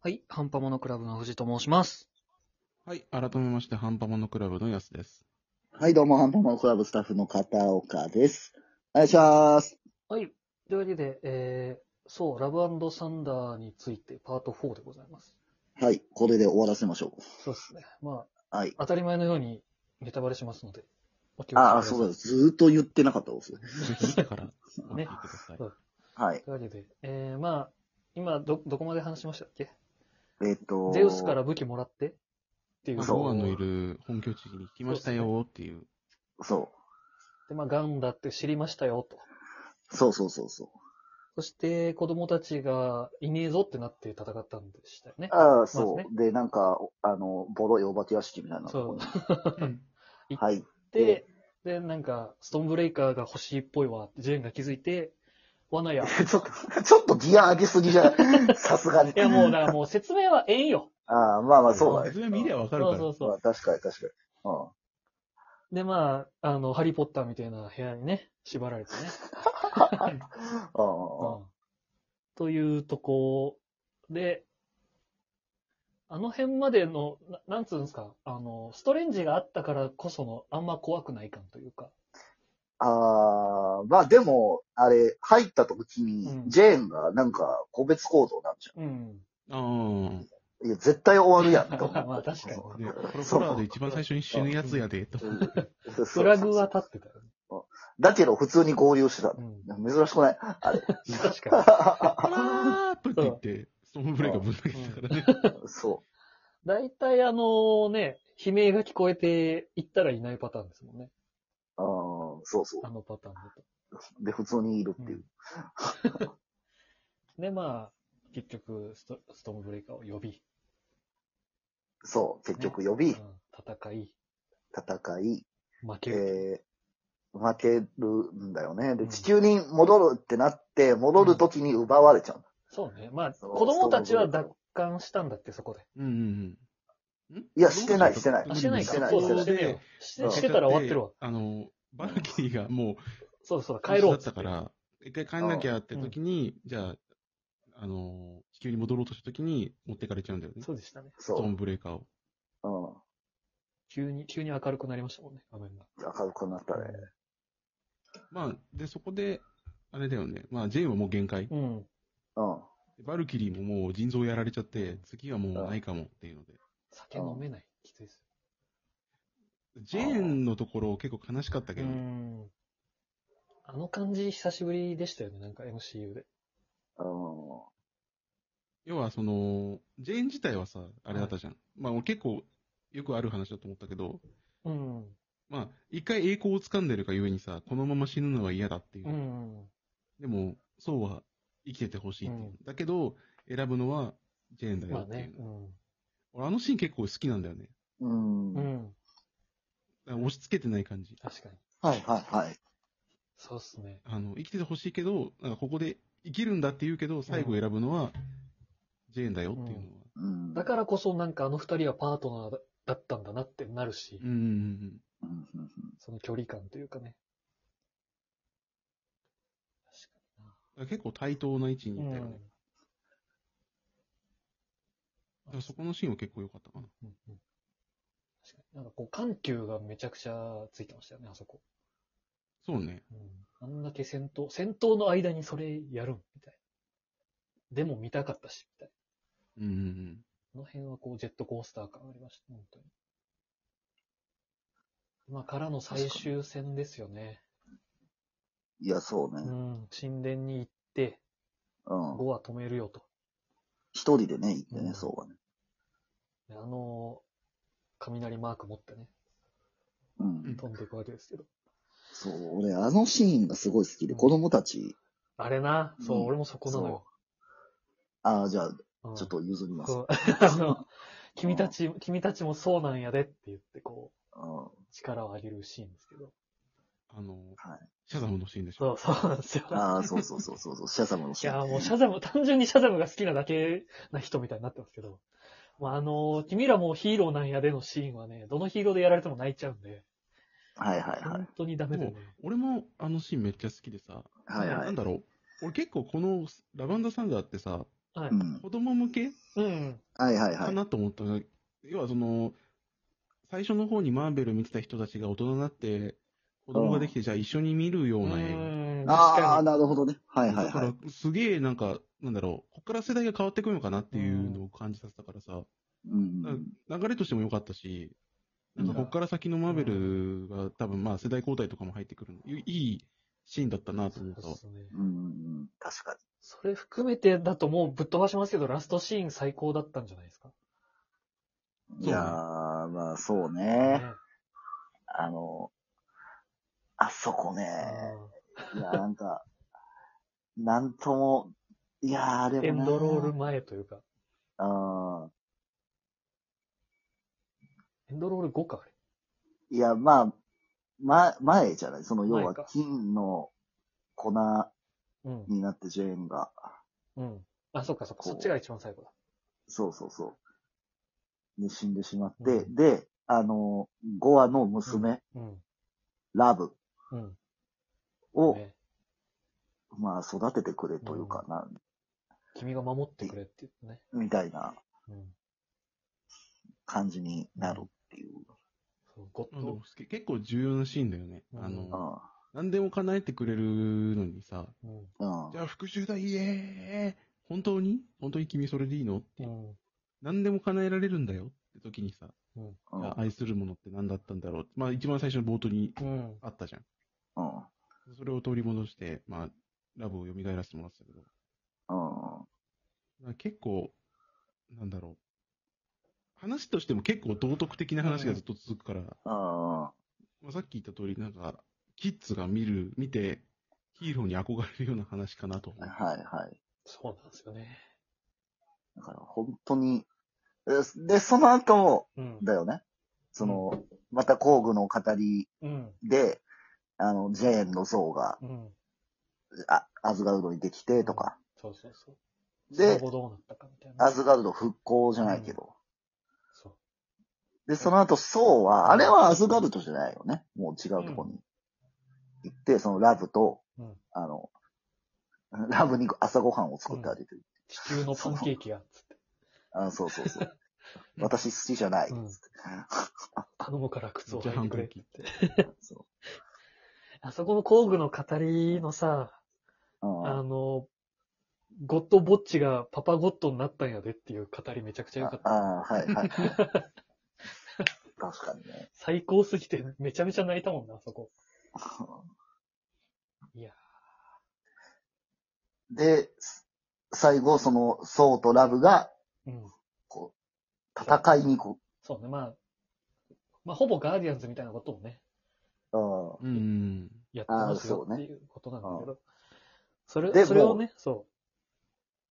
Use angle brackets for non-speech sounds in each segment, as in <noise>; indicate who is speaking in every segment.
Speaker 1: はい、ハンパモノクラブの藤と申します。
Speaker 2: はい、改めまして、ハンパモノクラブのやす
Speaker 1: <laughs>
Speaker 2: です。
Speaker 3: はい、どうも、ハンパマンクラブスタッフの片岡です。お願いします。
Speaker 1: はい、というわけで、えー、そう、ラブサンダーについてパート4でございます。
Speaker 3: はい、これで終わらせましょ
Speaker 1: そうですね。ま
Speaker 3: う。はい。
Speaker 1: あ、当たり前のようにネタバレしますので。お気をつけください
Speaker 3: ああ、そうだ、。ずーっと言ってなかったです。
Speaker 2: ぜひ見てからお聞き
Speaker 1: ね
Speaker 2: ください。
Speaker 1: そう
Speaker 3: はい。
Speaker 1: というわけで、えー、まあ、今、ど、どこまで話しましたっけ
Speaker 3: えっ、と、
Speaker 1: ゼウスから武器もらってっていう
Speaker 2: まあ
Speaker 1: の
Speaker 3: そう
Speaker 2: ロアのいる本拠地に来ましたよっていう。
Speaker 3: そ
Speaker 1: で、まあ、ガンだって知りましたよ、と。
Speaker 3: う。そうそうそうそ
Speaker 1: そして、子供たちがいねえぞってなって戦ったんでしたよね
Speaker 3: う。。ああ、
Speaker 1: ま
Speaker 3: そう、
Speaker 1: ずね
Speaker 3: で、なんか、あの、ボロいお化け屋敷みたいなとこに
Speaker 2: うん
Speaker 1: う
Speaker 3: 入っ
Speaker 1: で、で、なんか、ストーンブレイカーが欲しいっぽいわって、ジェーンが気づいて、罠 <laughs> や。い
Speaker 3: <laughs> て、ちょっと、ちょっとギア上げすぎじゃない <laughs> さすがに。
Speaker 1: や、もう、だからもう <laughs> 説明はええんよ。
Speaker 3: ああ、まあまあ、そうだ
Speaker 2: それ
Speaker 3: ね。
Speaker 2: は見りゃわかる
Speaker 1: そ
Speaker 2: か
Speaker 1: うそう
Speaker 2: ら。
Speaker 3: ま
Speaker 1: そ
Speaker 3: あ確かに確かに。うん。
Speaker 1: う。で、まあ、あの、ハリーポッターみたいな部屋にね、縛られてね。う
Speaker 3: あ
Speaker 1: ん。というとこで、あの辺までの、ななんつうんですか、あの、ストレンジがあったからこその、あんま怖くない感というか。
Speaker 3: ああ、まあでも、あれ、入った時に、
Speaker 1: うん
Speaker 3: ジェーンがなんか、個別行動なんじゃん。
Speaker 1: うん。
Speaker 2: あ
Speaker 3: いや、絶対終わるやんと思って。
Speaker 1: まあ、確かに。
Speaker 2: あ。で、これホラーで一番最初に死ぬやつやで、と。
Speaker 3: そうそ
Speaker 1: <laughs> フ
Speaker 3: う
Speaker 1: ラグは立ってたよね。
Speaker 3: だけど、普通に合流してた。
Speaker 1: うん。
Speaker 3: 珍しくない
Speaker 1: 確かに。
Speaker 2: ホラープって言って、ストーンブレイクぶん投げてたからね。
Speaker 3: そ
Speaker 1: 大体あのね、悲鳴が聞こえて行ったらいないパターンですもんね。
Speaker 3: う。あーそうそ
Speaker 1: あのパターンだと。
Speaker 3: う。で、普通にいるっていう。
Speaker 1: で、まあ、結局スト、ストームブレイカーを呼び、
Speaker 3: そう。結局、呼
Speaker 1: うん
Speaker 3: び、
Speaker 1: 戦い、
Speaker 3: 戦い、
Speaker 1: 負ける。
Speaker 3: えー、負けるんだよね。
Speaker 1: う
Speaker 3: で、
Speaker 1: ん
Speaker 3: 地球に戻るってなって、戻る時に奪われちゃう。
Speaker 1: そうね。まあ、
Speaker 3: そう
Speaker 1: 子供たちは
Speaker 3: ストーム
Speaker 1: 奪還したんだって、そこで。
Speaker 2: うんうんうん。
Speaker 3: いやしてないしてない
Speaker 1: あ、してない
Speaker 3: して
Speaker 1: か。
Speaker 3: ない
Speaker 1: そうそう、し
Speaker 3: してて
Speaker 1: ねえよ。
Speaker 2: そ
Speaker 1: し
Speaker 2: う
Speaker 1: してたら終わってるわ。。
Speaker 2: あの、バラキーがもう、
Speaker 1: そうそう、帰ろう
Speaker 2: だったから、一回帰んなきゃって時に、じゃあ、あの、地球に戻ろうとした時に持ってかれちゃうんだよね。ス
Speaker 1: そうでしたね。
Speaker 3: そ
Speaker 2: トー
Speaker 3: う。う
Speaker 2: ン
Speaker 3: ん。
Speaker 2: ブレイカーを。
Speaker 1: 急に、急に明るくなりましたもんね、画面が。
Speaker 3: 明るくなったね。
Speaker 2: まあ、で、そこで、あれだよね。まあ、ジェーンはもう限界。
Speaker 1: うん。
Speaker 3: うん。
Speaker 2: バルキリーももう腎臓やられちゃって、次はもうないかもっていうので。
Speaker 1: 酒飲めない。きついです。
Speaker 2: ジェーンのところ結構悲しかったけ
Speaker 1: う
Speaker 2: どね、
Speaker 1: ん。あの感じ、久しぶりでしたよね、なんか MCU で。
Speaker 3: うん。
Speaker 2: 要はその、ジェーン自体はさ、あれだったじゃん。まあ、俺結構、よくある話だと思ったけど、
Speaker 1: うん。
Speaker 2: まあ、一回栄光を掴んでるがゆえにさ、このまま死ぬのは嫌だっていう。
Speaker 1: うん。
Speaker 2: でも、そうは生きててほしいっていう。
Speaker 1: うん
Speaker 2: だけど、選ぶのはジェーンだよ
Speaker 1: まあ
Speaker 2: っていう。
Speaker 1: ね。
Speaker 2: 俺、あのシーン結構好きなんだよね。
Speaker 3: う。
Speaker 1: うん。うんん。
Speaker 2: だから押し付けてない感じ。
Speaker 1: 確かに。
Speaker 3: はいはいはい。
Speaker 1: そうっすね。
Speaker 2: あの、生きててほしいけど、なんかここで生きるんだって言うけど、最後選ぶのは、ジェーンだよっていうのは。
Speaker 3: うん。
Speaker 1: だからこそなんかあの二人はパートナーだだったんだなってなるし、
Speaker 2: うん。うんうん
Speaker 3: うんうんうん
Speaker 1: その距離感というかね。
Speaker 2: うん、だから結構対等な位置
Speaker 1: 確
Speaker 2: に
Speaker 1: か
Speaker 2: い
Speaker 1: に
Speaker 2: た
Speaker 1: な。
Speaker 2: よ
Speaker 1: うん
Speaker 2: ね。だからそこのシーンは結構良かったかな。
Speaker 1: うんうん確かになんかこう、緩急がめちゃくちゃついてましたよね、あそこ。
Speaker 2: そうね。
Speaker 1: うん、あんだけ戦闘、戦闘の間にそれやるんみたいな。でも見たかったし、みたいな。
Speaker 2: うんうんうん。
Speaker 1: この辺はこう、ジェットコースター感ありました、本当に。まあ、からの最終戦ですよね。
Speaker 3: いや、そう
Speaker 1: う
Speaker 3: ね。
Speaker 1: ん。神殿に行って、
Speaker 3: うん。
Speaker 1: ゴア止めるよと。
Speaker 3: 一人でね、行って
Speaker 1: うん
Speaker 3: ね、そうはね。
Speaker 1: であの、雷マーク持ってね、
Speaker 3: うん
Speaker 2: うん。
Speaker 1: 飛んでいくわけですけど。
Speaker 3: そう、俺、あのシーンがすごい好きで、子供たち、
Speaker 1: あれな、そう、
Speaker 3: うん
Speaker 1: 俺もそこなのよ。
Speaker 3: ああ、じゃあ、
Speaker 1: うん
Speaker 3: ちょっと譲ります。
Speaker 1: そうあの、君たち、君たちもそうなんやでって言って、こ
Speaker 3: うん
Speaker 1: う、力を上げるシーンですけど。
Speaker 2: あの、
Speaker 3: はい
Speaker 2: シャザムのシーンでしょ。
Speaker 1: そう、そうなんですよ。
Speaker 3: ああ、そうそうそうそうそう、シャサムの
Speaker 1: い
Speaker 3: シーン。
Speaker 1: や、もうシャザム、単純にシャザムが好きなだけな人みたいになってますけど、まあ、あの、君らもうヒーローなんやでのシーンはね、どのヒーローでやられても泣いちゃうんで、
Speaker 3: はいはいはい
Speaker 1: 本。当にダメだよね。
Speaker 2: 俺もあのシーンめっちゃ好きでさ、
Speaker 3: はい
Speaker 2: な
Speaker 3: は
Speaker 2: ん
Speaker 3: い
Speaker 2: だ。ろう。俺結構このラバンダサンダーってさ、
Speaker 1: はい。
Speaker 3: うん。
Speaker 2: 子供向け
Speaker 1: うん。
Speaker 3: はいはいは
Speaker 2: か
Speaker 3: い。
Speaker 2: なと思ったら、要はその、最初の方にマーベル見てた人たちが大人になって、子供ができて、じゃあ一緒に見るような映画。
Speaker 1: ん
Speaker 3: ああ、
Speaker 1: 確か
Speaker 3: なるほどね。はいはい
Speaker 2: だか
Speaker 3: は
Speaker 2: ら
Speaker 3: い。、
Speaker 2: すげえなんか、なんだろう、こっから世代が変わってくるのかなっていうのを感じさせたからさ、
Speaker 3: うん
Speaker 2: だから流れとしても良かったし、なんかこっから先のマーベルが多分まあ世代交代とかも入ってくるの、いいシーンだったなと思
Speaker 1: に。
Speaker 2: った
Speaker 1: そう
Speaker 2: わ
Speaker 1: っ。すね
Speaker 3: うんうん。確か
Speaker 1: それ含めてだともうぶっ飛ばしますけど、ラストシーン最高だったんじゃないですか。
Speaker 2: そう
Speaker 3: に。いやー、まあそうね。
Speaker 1: ね
Speaker 3: あの、あそこね。いや、なんか、なんとも、いやー、で
Speaker 1: うんエ
Speaker 3: もな
Speaker 1: ンドロール前というか、
Speaker 3: あ
Speaker 1: エンドロール5か、あれ。
Speaker 3: ーいや、まあ、ま、前じゃないその、要
Speaker 1: 前
Speaker 3: は
Speaker 1: か、
Speaker 3: 金の粉
Speaker 1: うん。
Speaker 3: になってジェーンが、
Speaker 1: うん。あ、そっかそっか。
Speaker 3: こう
Speaker 1: そっちが一番最後だ。
Speaker 3: そうそうそう。で、死んでしまって、
Speaker 1: う
Speaker 3: で、あの、ゴアの娘、
Speaker 1: うん。
Speaker 3: ラブ
Speaker 1: うん。
Speaker 3: を、
Speaker 1: ね
Speaker 3: まあ、育ててくれというかな、
Speaker 1: 君が守ってくれって言ってね。
Speaker 3: みたいな
Speaker 1: うん。
Speaker 3: 感じになるっていう。
Speaker 1: そう、ゴ
Speaker 2: う
Speaker 1: ッ
Speaker 2: んでも
Speaker 1: ド。
Speaker 2: 結構重要なシーンだよね。
Speaker 1: うん
Speaker 2: あ
Speaker 1: う
Speaker 2: の、
Speaker 3: うん。
Speaker 2: 何でも叶えてくれるのにさ、
Speaker 1: うん。
Speaker 3: うん
Speaker 2: じ。ゃあ復讐だ、イエーイ本当に本当に君それでいいのって、
Speaker 1: うん。
Speaker 2: 何でも叶えられるんだよって時にさ、
Speaker 3: うん。うん。
Speaker 2: 愛するものって何だったんだろうってまあ一番最初の冒頭に
Speaker 1: うん。
Speaker 2: あったじゃん。
Speaker 3: うん。
Speaker 2: それを取り戻して、まあ、ラブを蘇らせてもらってたけど、まあ結構、なんだろう。話としても結構道徳的な話がずっと続くから、
Speaker 3: うん。
Speaker 2: まあ、さっき言った通り、なんか、キッズが見る、見て、ヒーローに憧れるような話かなと思う。
Speaker 3: はいはい。
Speaker 1: そうなんですよね。
Speaker 3: だから本当に、えで、その後も、
Speaker 1: うん。
Speaker 3: だよね。その、また工具の語り
Speaker 1: うん。
Speaker 3: で、あの、ジェーンの像が、
Speaker 1: うん。
Speaker 3: あアズガルドにできてとか、
Speaker 1: そうそうそう。
Speaker 3: で
Speaker 1: その後どうなったかみたいな。
Speaker 3: アズガルド復興じゃないけど。
Speaker 1: そう。
Speaker 3: で、その後、ソーは、あれはアズガルドじゃないよね。もう違うとこに行って、そのラブと、
Speaker 1: うん
Speaker 3: あの、ラブに朝ごはんを作ってあげてる。
Speaker 1: 地球のパンケーキが、
Speaker 3: <laughs>
Speaker 1: つって。
Speaker 3: あそうそ
Speaker 1: <laughs>
Speaker 3: うそう。私好きじゃない。 <laughs>
Speaker 1: うん頼むから靴を履いてくれって言って。
Speaker 3: そ
Speaker 1: <laughs> あそこの工具の語りのさ、
Speaker 3: ううん
Speaker 1: あの、ゴッドボッチがパパゴッドになったんやでっていう語りめちゃくちゃ良かった。
Speaker 3: ああー、はい
Speaker 2: <laughs>
Speaker 3: はい。確かにね。
Speaker 1: 最高すぎてめちゃめちゃ泣いたもんな、あそこ。いや
Speaker 3: で、最後、その、ソウとラブが、
Speaker 1: ーうん。
Speaker 3: こう、戦いにこ
Speaker 1: そうね、まあ、まあ、ほぼガーディアンズみたいなことをね、
Speaker 3: う、う
Speaker 2: うん。
Speaker 1: やってますよ
Speaker 3: あーそうね
Speaker 1: っていうことなんだけど。それ、
Speaker 3: で
Speaker 1: それをね、そ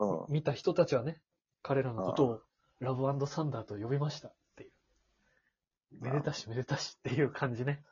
Speaker 3: ん、うん
Speaker 1: う、見た人たちはね、彼らのことをラブサンダーと呼びましたっていう。めでたしめでたしっていう感じね。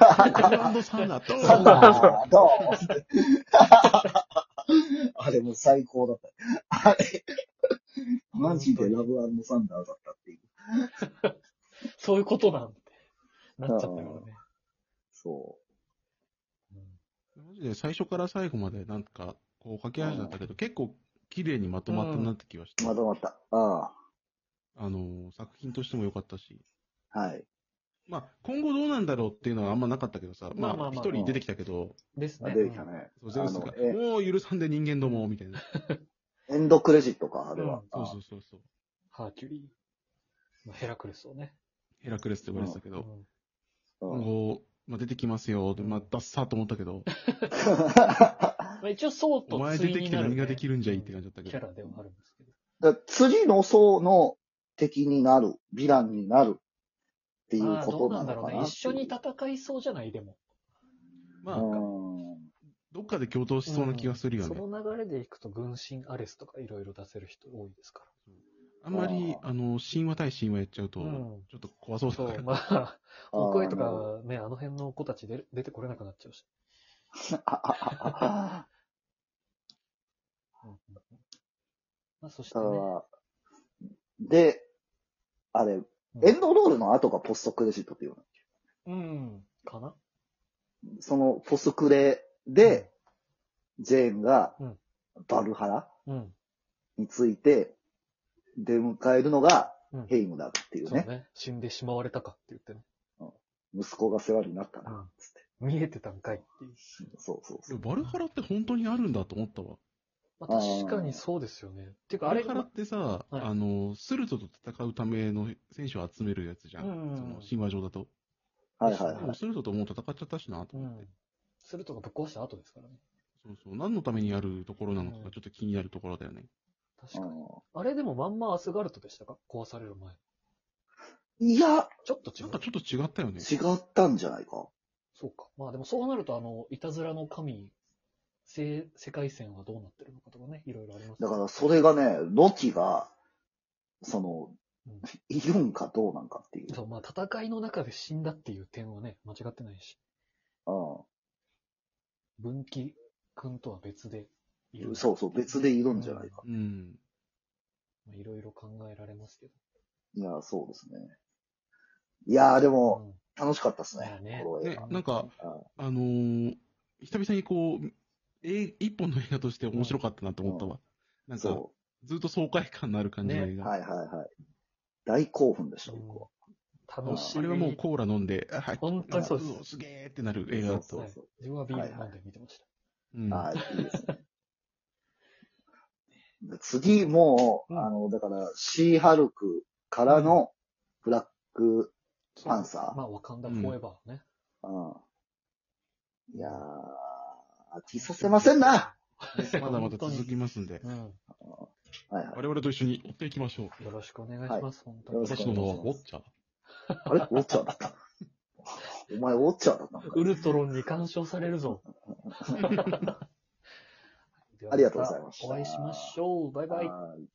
Speaker 2: ラブアンドサンダーと、
Speaker 3: サンダー、どうあれも最高だった。あれ、マジでラブサンダーだったっていう。
Speaker 1: そういうことなんて、なっちゃったからね。
Speaker 3: そ
Speaker 2: マジで最初から最後までなんか、こう、駆け足だったけど、結構綺麗にまとまったなって気がし
Speaker 3: う。
Speaker 2: て、
Speaker 3: まとまった。あ
Speaker 2: あの、作品としても良かったし、
Speaker 3: あ、はい。
Speaker 2: まあ、今後どうなんだろうっていうのはあんまなかったけどさ、
Speaker 1: ま
Speaker 2: ま
Speaker 1: あまあ
Speaker 2: あ、
Speaker 1: まあ
Speaker 2: 一人出てきたけど、
Speaker 1: です
Speaker 3: あ
Speaker 1: ね。
Speaker 3: 出てきたね。
Speaker 2: そうゼウス
Speaker 3: あ
Speaker 2: が
Speaker 3: のえ、
Speaker 2: もう許さんで人間ども、みたいな。
Speaker 3: エンドクレジットか、あれは。
Speaker 2: そうそうそうそう。
Speaker 1: ハーキュリー。ヘラクレスをね。
Speaker 2: ヘラクレスって言われてたけ
Speaker 1: う
Speaker 2: ど、
Speaker 1: ん
Speaker 3: う
Speaker 2: 今
Speaker 3: <laughs> ん
Speaker 2: 後、まあ、出てきますよ、で、まあ、ダッサーと思ったけど、
Speaker 1: まあ、一応、そうと
Speaker 2: お前出
Speaker 1: 対
Speaker 2: て
Speaker 1: に
Speaker 2: きて
Speaker 1: なる
Speaker 2: 何
Speaker 1: ね
Speaker 2: ができるんじゃいって感じだった
Speaker 1: キャ
Speaker 2: けど。
Speaker 1: ラではあるんですけど。
Speaker 3: だから次の層の敵になる、ヴィランになるっていう
Speaker 1: まあ
Speaker 3: こ
Speaker 1: どう
Speaker 3: と
Speaker 1: な
Speaker 3: なん
Speaker 1: だ
Speaker 3: の
Speaker 1: ろ
Speaker 3: か
Speaker 1: う
Speaker 3: な
Speaker 1: ね。
Speaker 3: っていう。
Speaker 1: 一緒に戦いそうじゃない、でも。
Speaker 2: まあ
Speaker 3: う、ん。 <laughs>
Speaker 2: どっかで共闘しそうな気がするよ
Speaker 1: そ
Speaker 2: ね。
Speaker 1: の流れでいくと、軍神アレスとかいろいろ出せる人多いですか
Speaker 2: あんまり、
Speaker 3: あ
Speaker 2: あの、神話対神話やっちゃうと、
Speaker 1: ら。
Speaker 2: ち
Speaker 1: ん。
Speaker 2: ょっと怖そうだ
Speaker 1: そ
Speaker 2: から
Speaker 1: う、。ま
Speaker 3: <laughs>
Speaker 1: あ、お声と
Speaker 3: あの
Speaker 1: かね、あの辺の子たち出る出てこれなくなっちゃうし。
Speaker 3: あ
Speaker 1: うんうんうんまあ、そして
Speaker 3: だ
Speaker 1: ね、
Speaker 3: からで、あれ、エンドロールの後がポストクレジットっていうの。
Speaker 1: うん、かな
Speaker 3: そのポスクレで、ジェーンが
Speaker 1: うん、
Speaker 3: バルハラ
Speaker 1: うん。
Speaker 3: について出迎えるのが
Speaker 1: うん
Speaker 3: ヘイムだっていう
Speaker 1: そう
Speaker 3: ね。
Speaker 1: ね。死んでしまわれたかって言ってね。
Speaker 3: 息子が世話になったな、つって。
Speaker 1: 見えてたんかいっていう。
Speaker 3: そうそうそう。
Speaker 2: バルハラって本当にあるんだと思ったわ。
Speaker 1: まあ、確かにそうですよね。っていうか、
Speaker 2: バ
Speaker 1: あれ、
Speaker 2: ルハラ
Speaker 1: ま
Speaker 2: ってさ、
Speaker 1: はい
Speaker 2: あの、スルトと戦うための選手を集めるやつじゃん。
Speaker 1: うんうんうん
Speaker 2: その神話上だと。
Speaker 3: はいはいは
Speaker 2: でも
Speaker 3: い。
Speaker 2: スルトともう戦っちゃったしなと
Speaker 1: う
Speaker 2: 思って。
Speaker 1: ん。するとかぶっ壊した後ですからね。
Speaker 2: そうそう。何のためにやるところなのか
Speaker 1: うん
Speaker 2: がちょっと気になるところだよね。
Speaker 1: 確かに。あれでもまんまアスガルトでしたか壊される前。
Speaker 3: うんいや、
Speaker 1: ちょっと違
Speaker 2: な。
Speaker 1: うん
Speaker 2: かちょっと違ったよね。
Speaker 3: 違ったんじゃないか。
Speaker 1: そうか。まあでもそうなると、あの、いたずらの神、世世界線はどうなってるのかとかね、いろいろありますね
Speaker 3: だからそれがね、ロキが、その
Speaker 1: うん、
Speaker 3: いるんかどうなんかっていう。
Speaker 1: そう、まあ戦いの中で死んだっていう点はね、間違ってないし、
Speaker 3: う
Speaker 1: 分岐君とは別でい
Speaker 3: ん。
Speaker 1: る。
Speaker 3: そうそう、別でいるんじゃないか。
Speaker 2: うん。
Speaker 1: まあいろいろ考えられますけど。
Speaker 3: いや、そうですね。いやー、でも、
Speaker 1: うん
Speaker 3: 楽しかったです
Speaker 1: ま
Speaker 3: ね
Speaker 1: あ。ね
Speaker 3: この映
Speaker 2: ね
Speaker 3: 画。、
Speaker 2: なんか、あのー久々にこう、え一本の映画として面白かったなと思ったわ。なんか、
Speaker 3: そ
Speaker 2: ずっと爽快感のある感じの映
Speaker 3: う。
Speaker 2: 画。
Speaker 3: はいはいはい。大興奮でした、僕は。
Speaker 1: 楽しい。
Speaker 2: 俺はもうコーラ飲んで、あはい、
Speaker 1: 本当にそうです
Speaker 2: わすげーってなる映画だ
Speaker 3: そう
Speaker 2: と。
Speaker 3: そう
Speaker 1: 自分はビール飲んで見てました。
Speaker 2: うん
Speaker 3: ああ、いいですね。 <laughs> で次、もう、
Speaker 1: うん
Speaker 3: あの、だから、シーハルクからのブラック、
Speaker 1: そう
Speaker 3: パンサー
Speaker 1: まあ、ワカンダフォーエバーね。
Speaker 3: うん。いやー、飽きさせませんな
Speaker 1: <laughs>
Speaker 2: まだまだ続きますんで、
Speaker 1: うん。
Speaker 3: はいはい。
Speaker 2: 我々と一緒に追っていきましょう。
Speaker 1: よろしくお願いします、本当
Speaker 3: よろ
Speaker 1: に
Speaker 3: しく。
Speaker 2: 私の名はウォッチャー。
Speaker 3: あれウォッチャーだった。お前、ウォッチャーだったのか
Speaker 1: ウルトロンに干渉される
Speaker 3: <laughs>
Speaker 1: ぞ。
Speaker 3: ありがとうございました
Speaker 1: お会いしましょう。バイバイ。
Speaker 3: はーい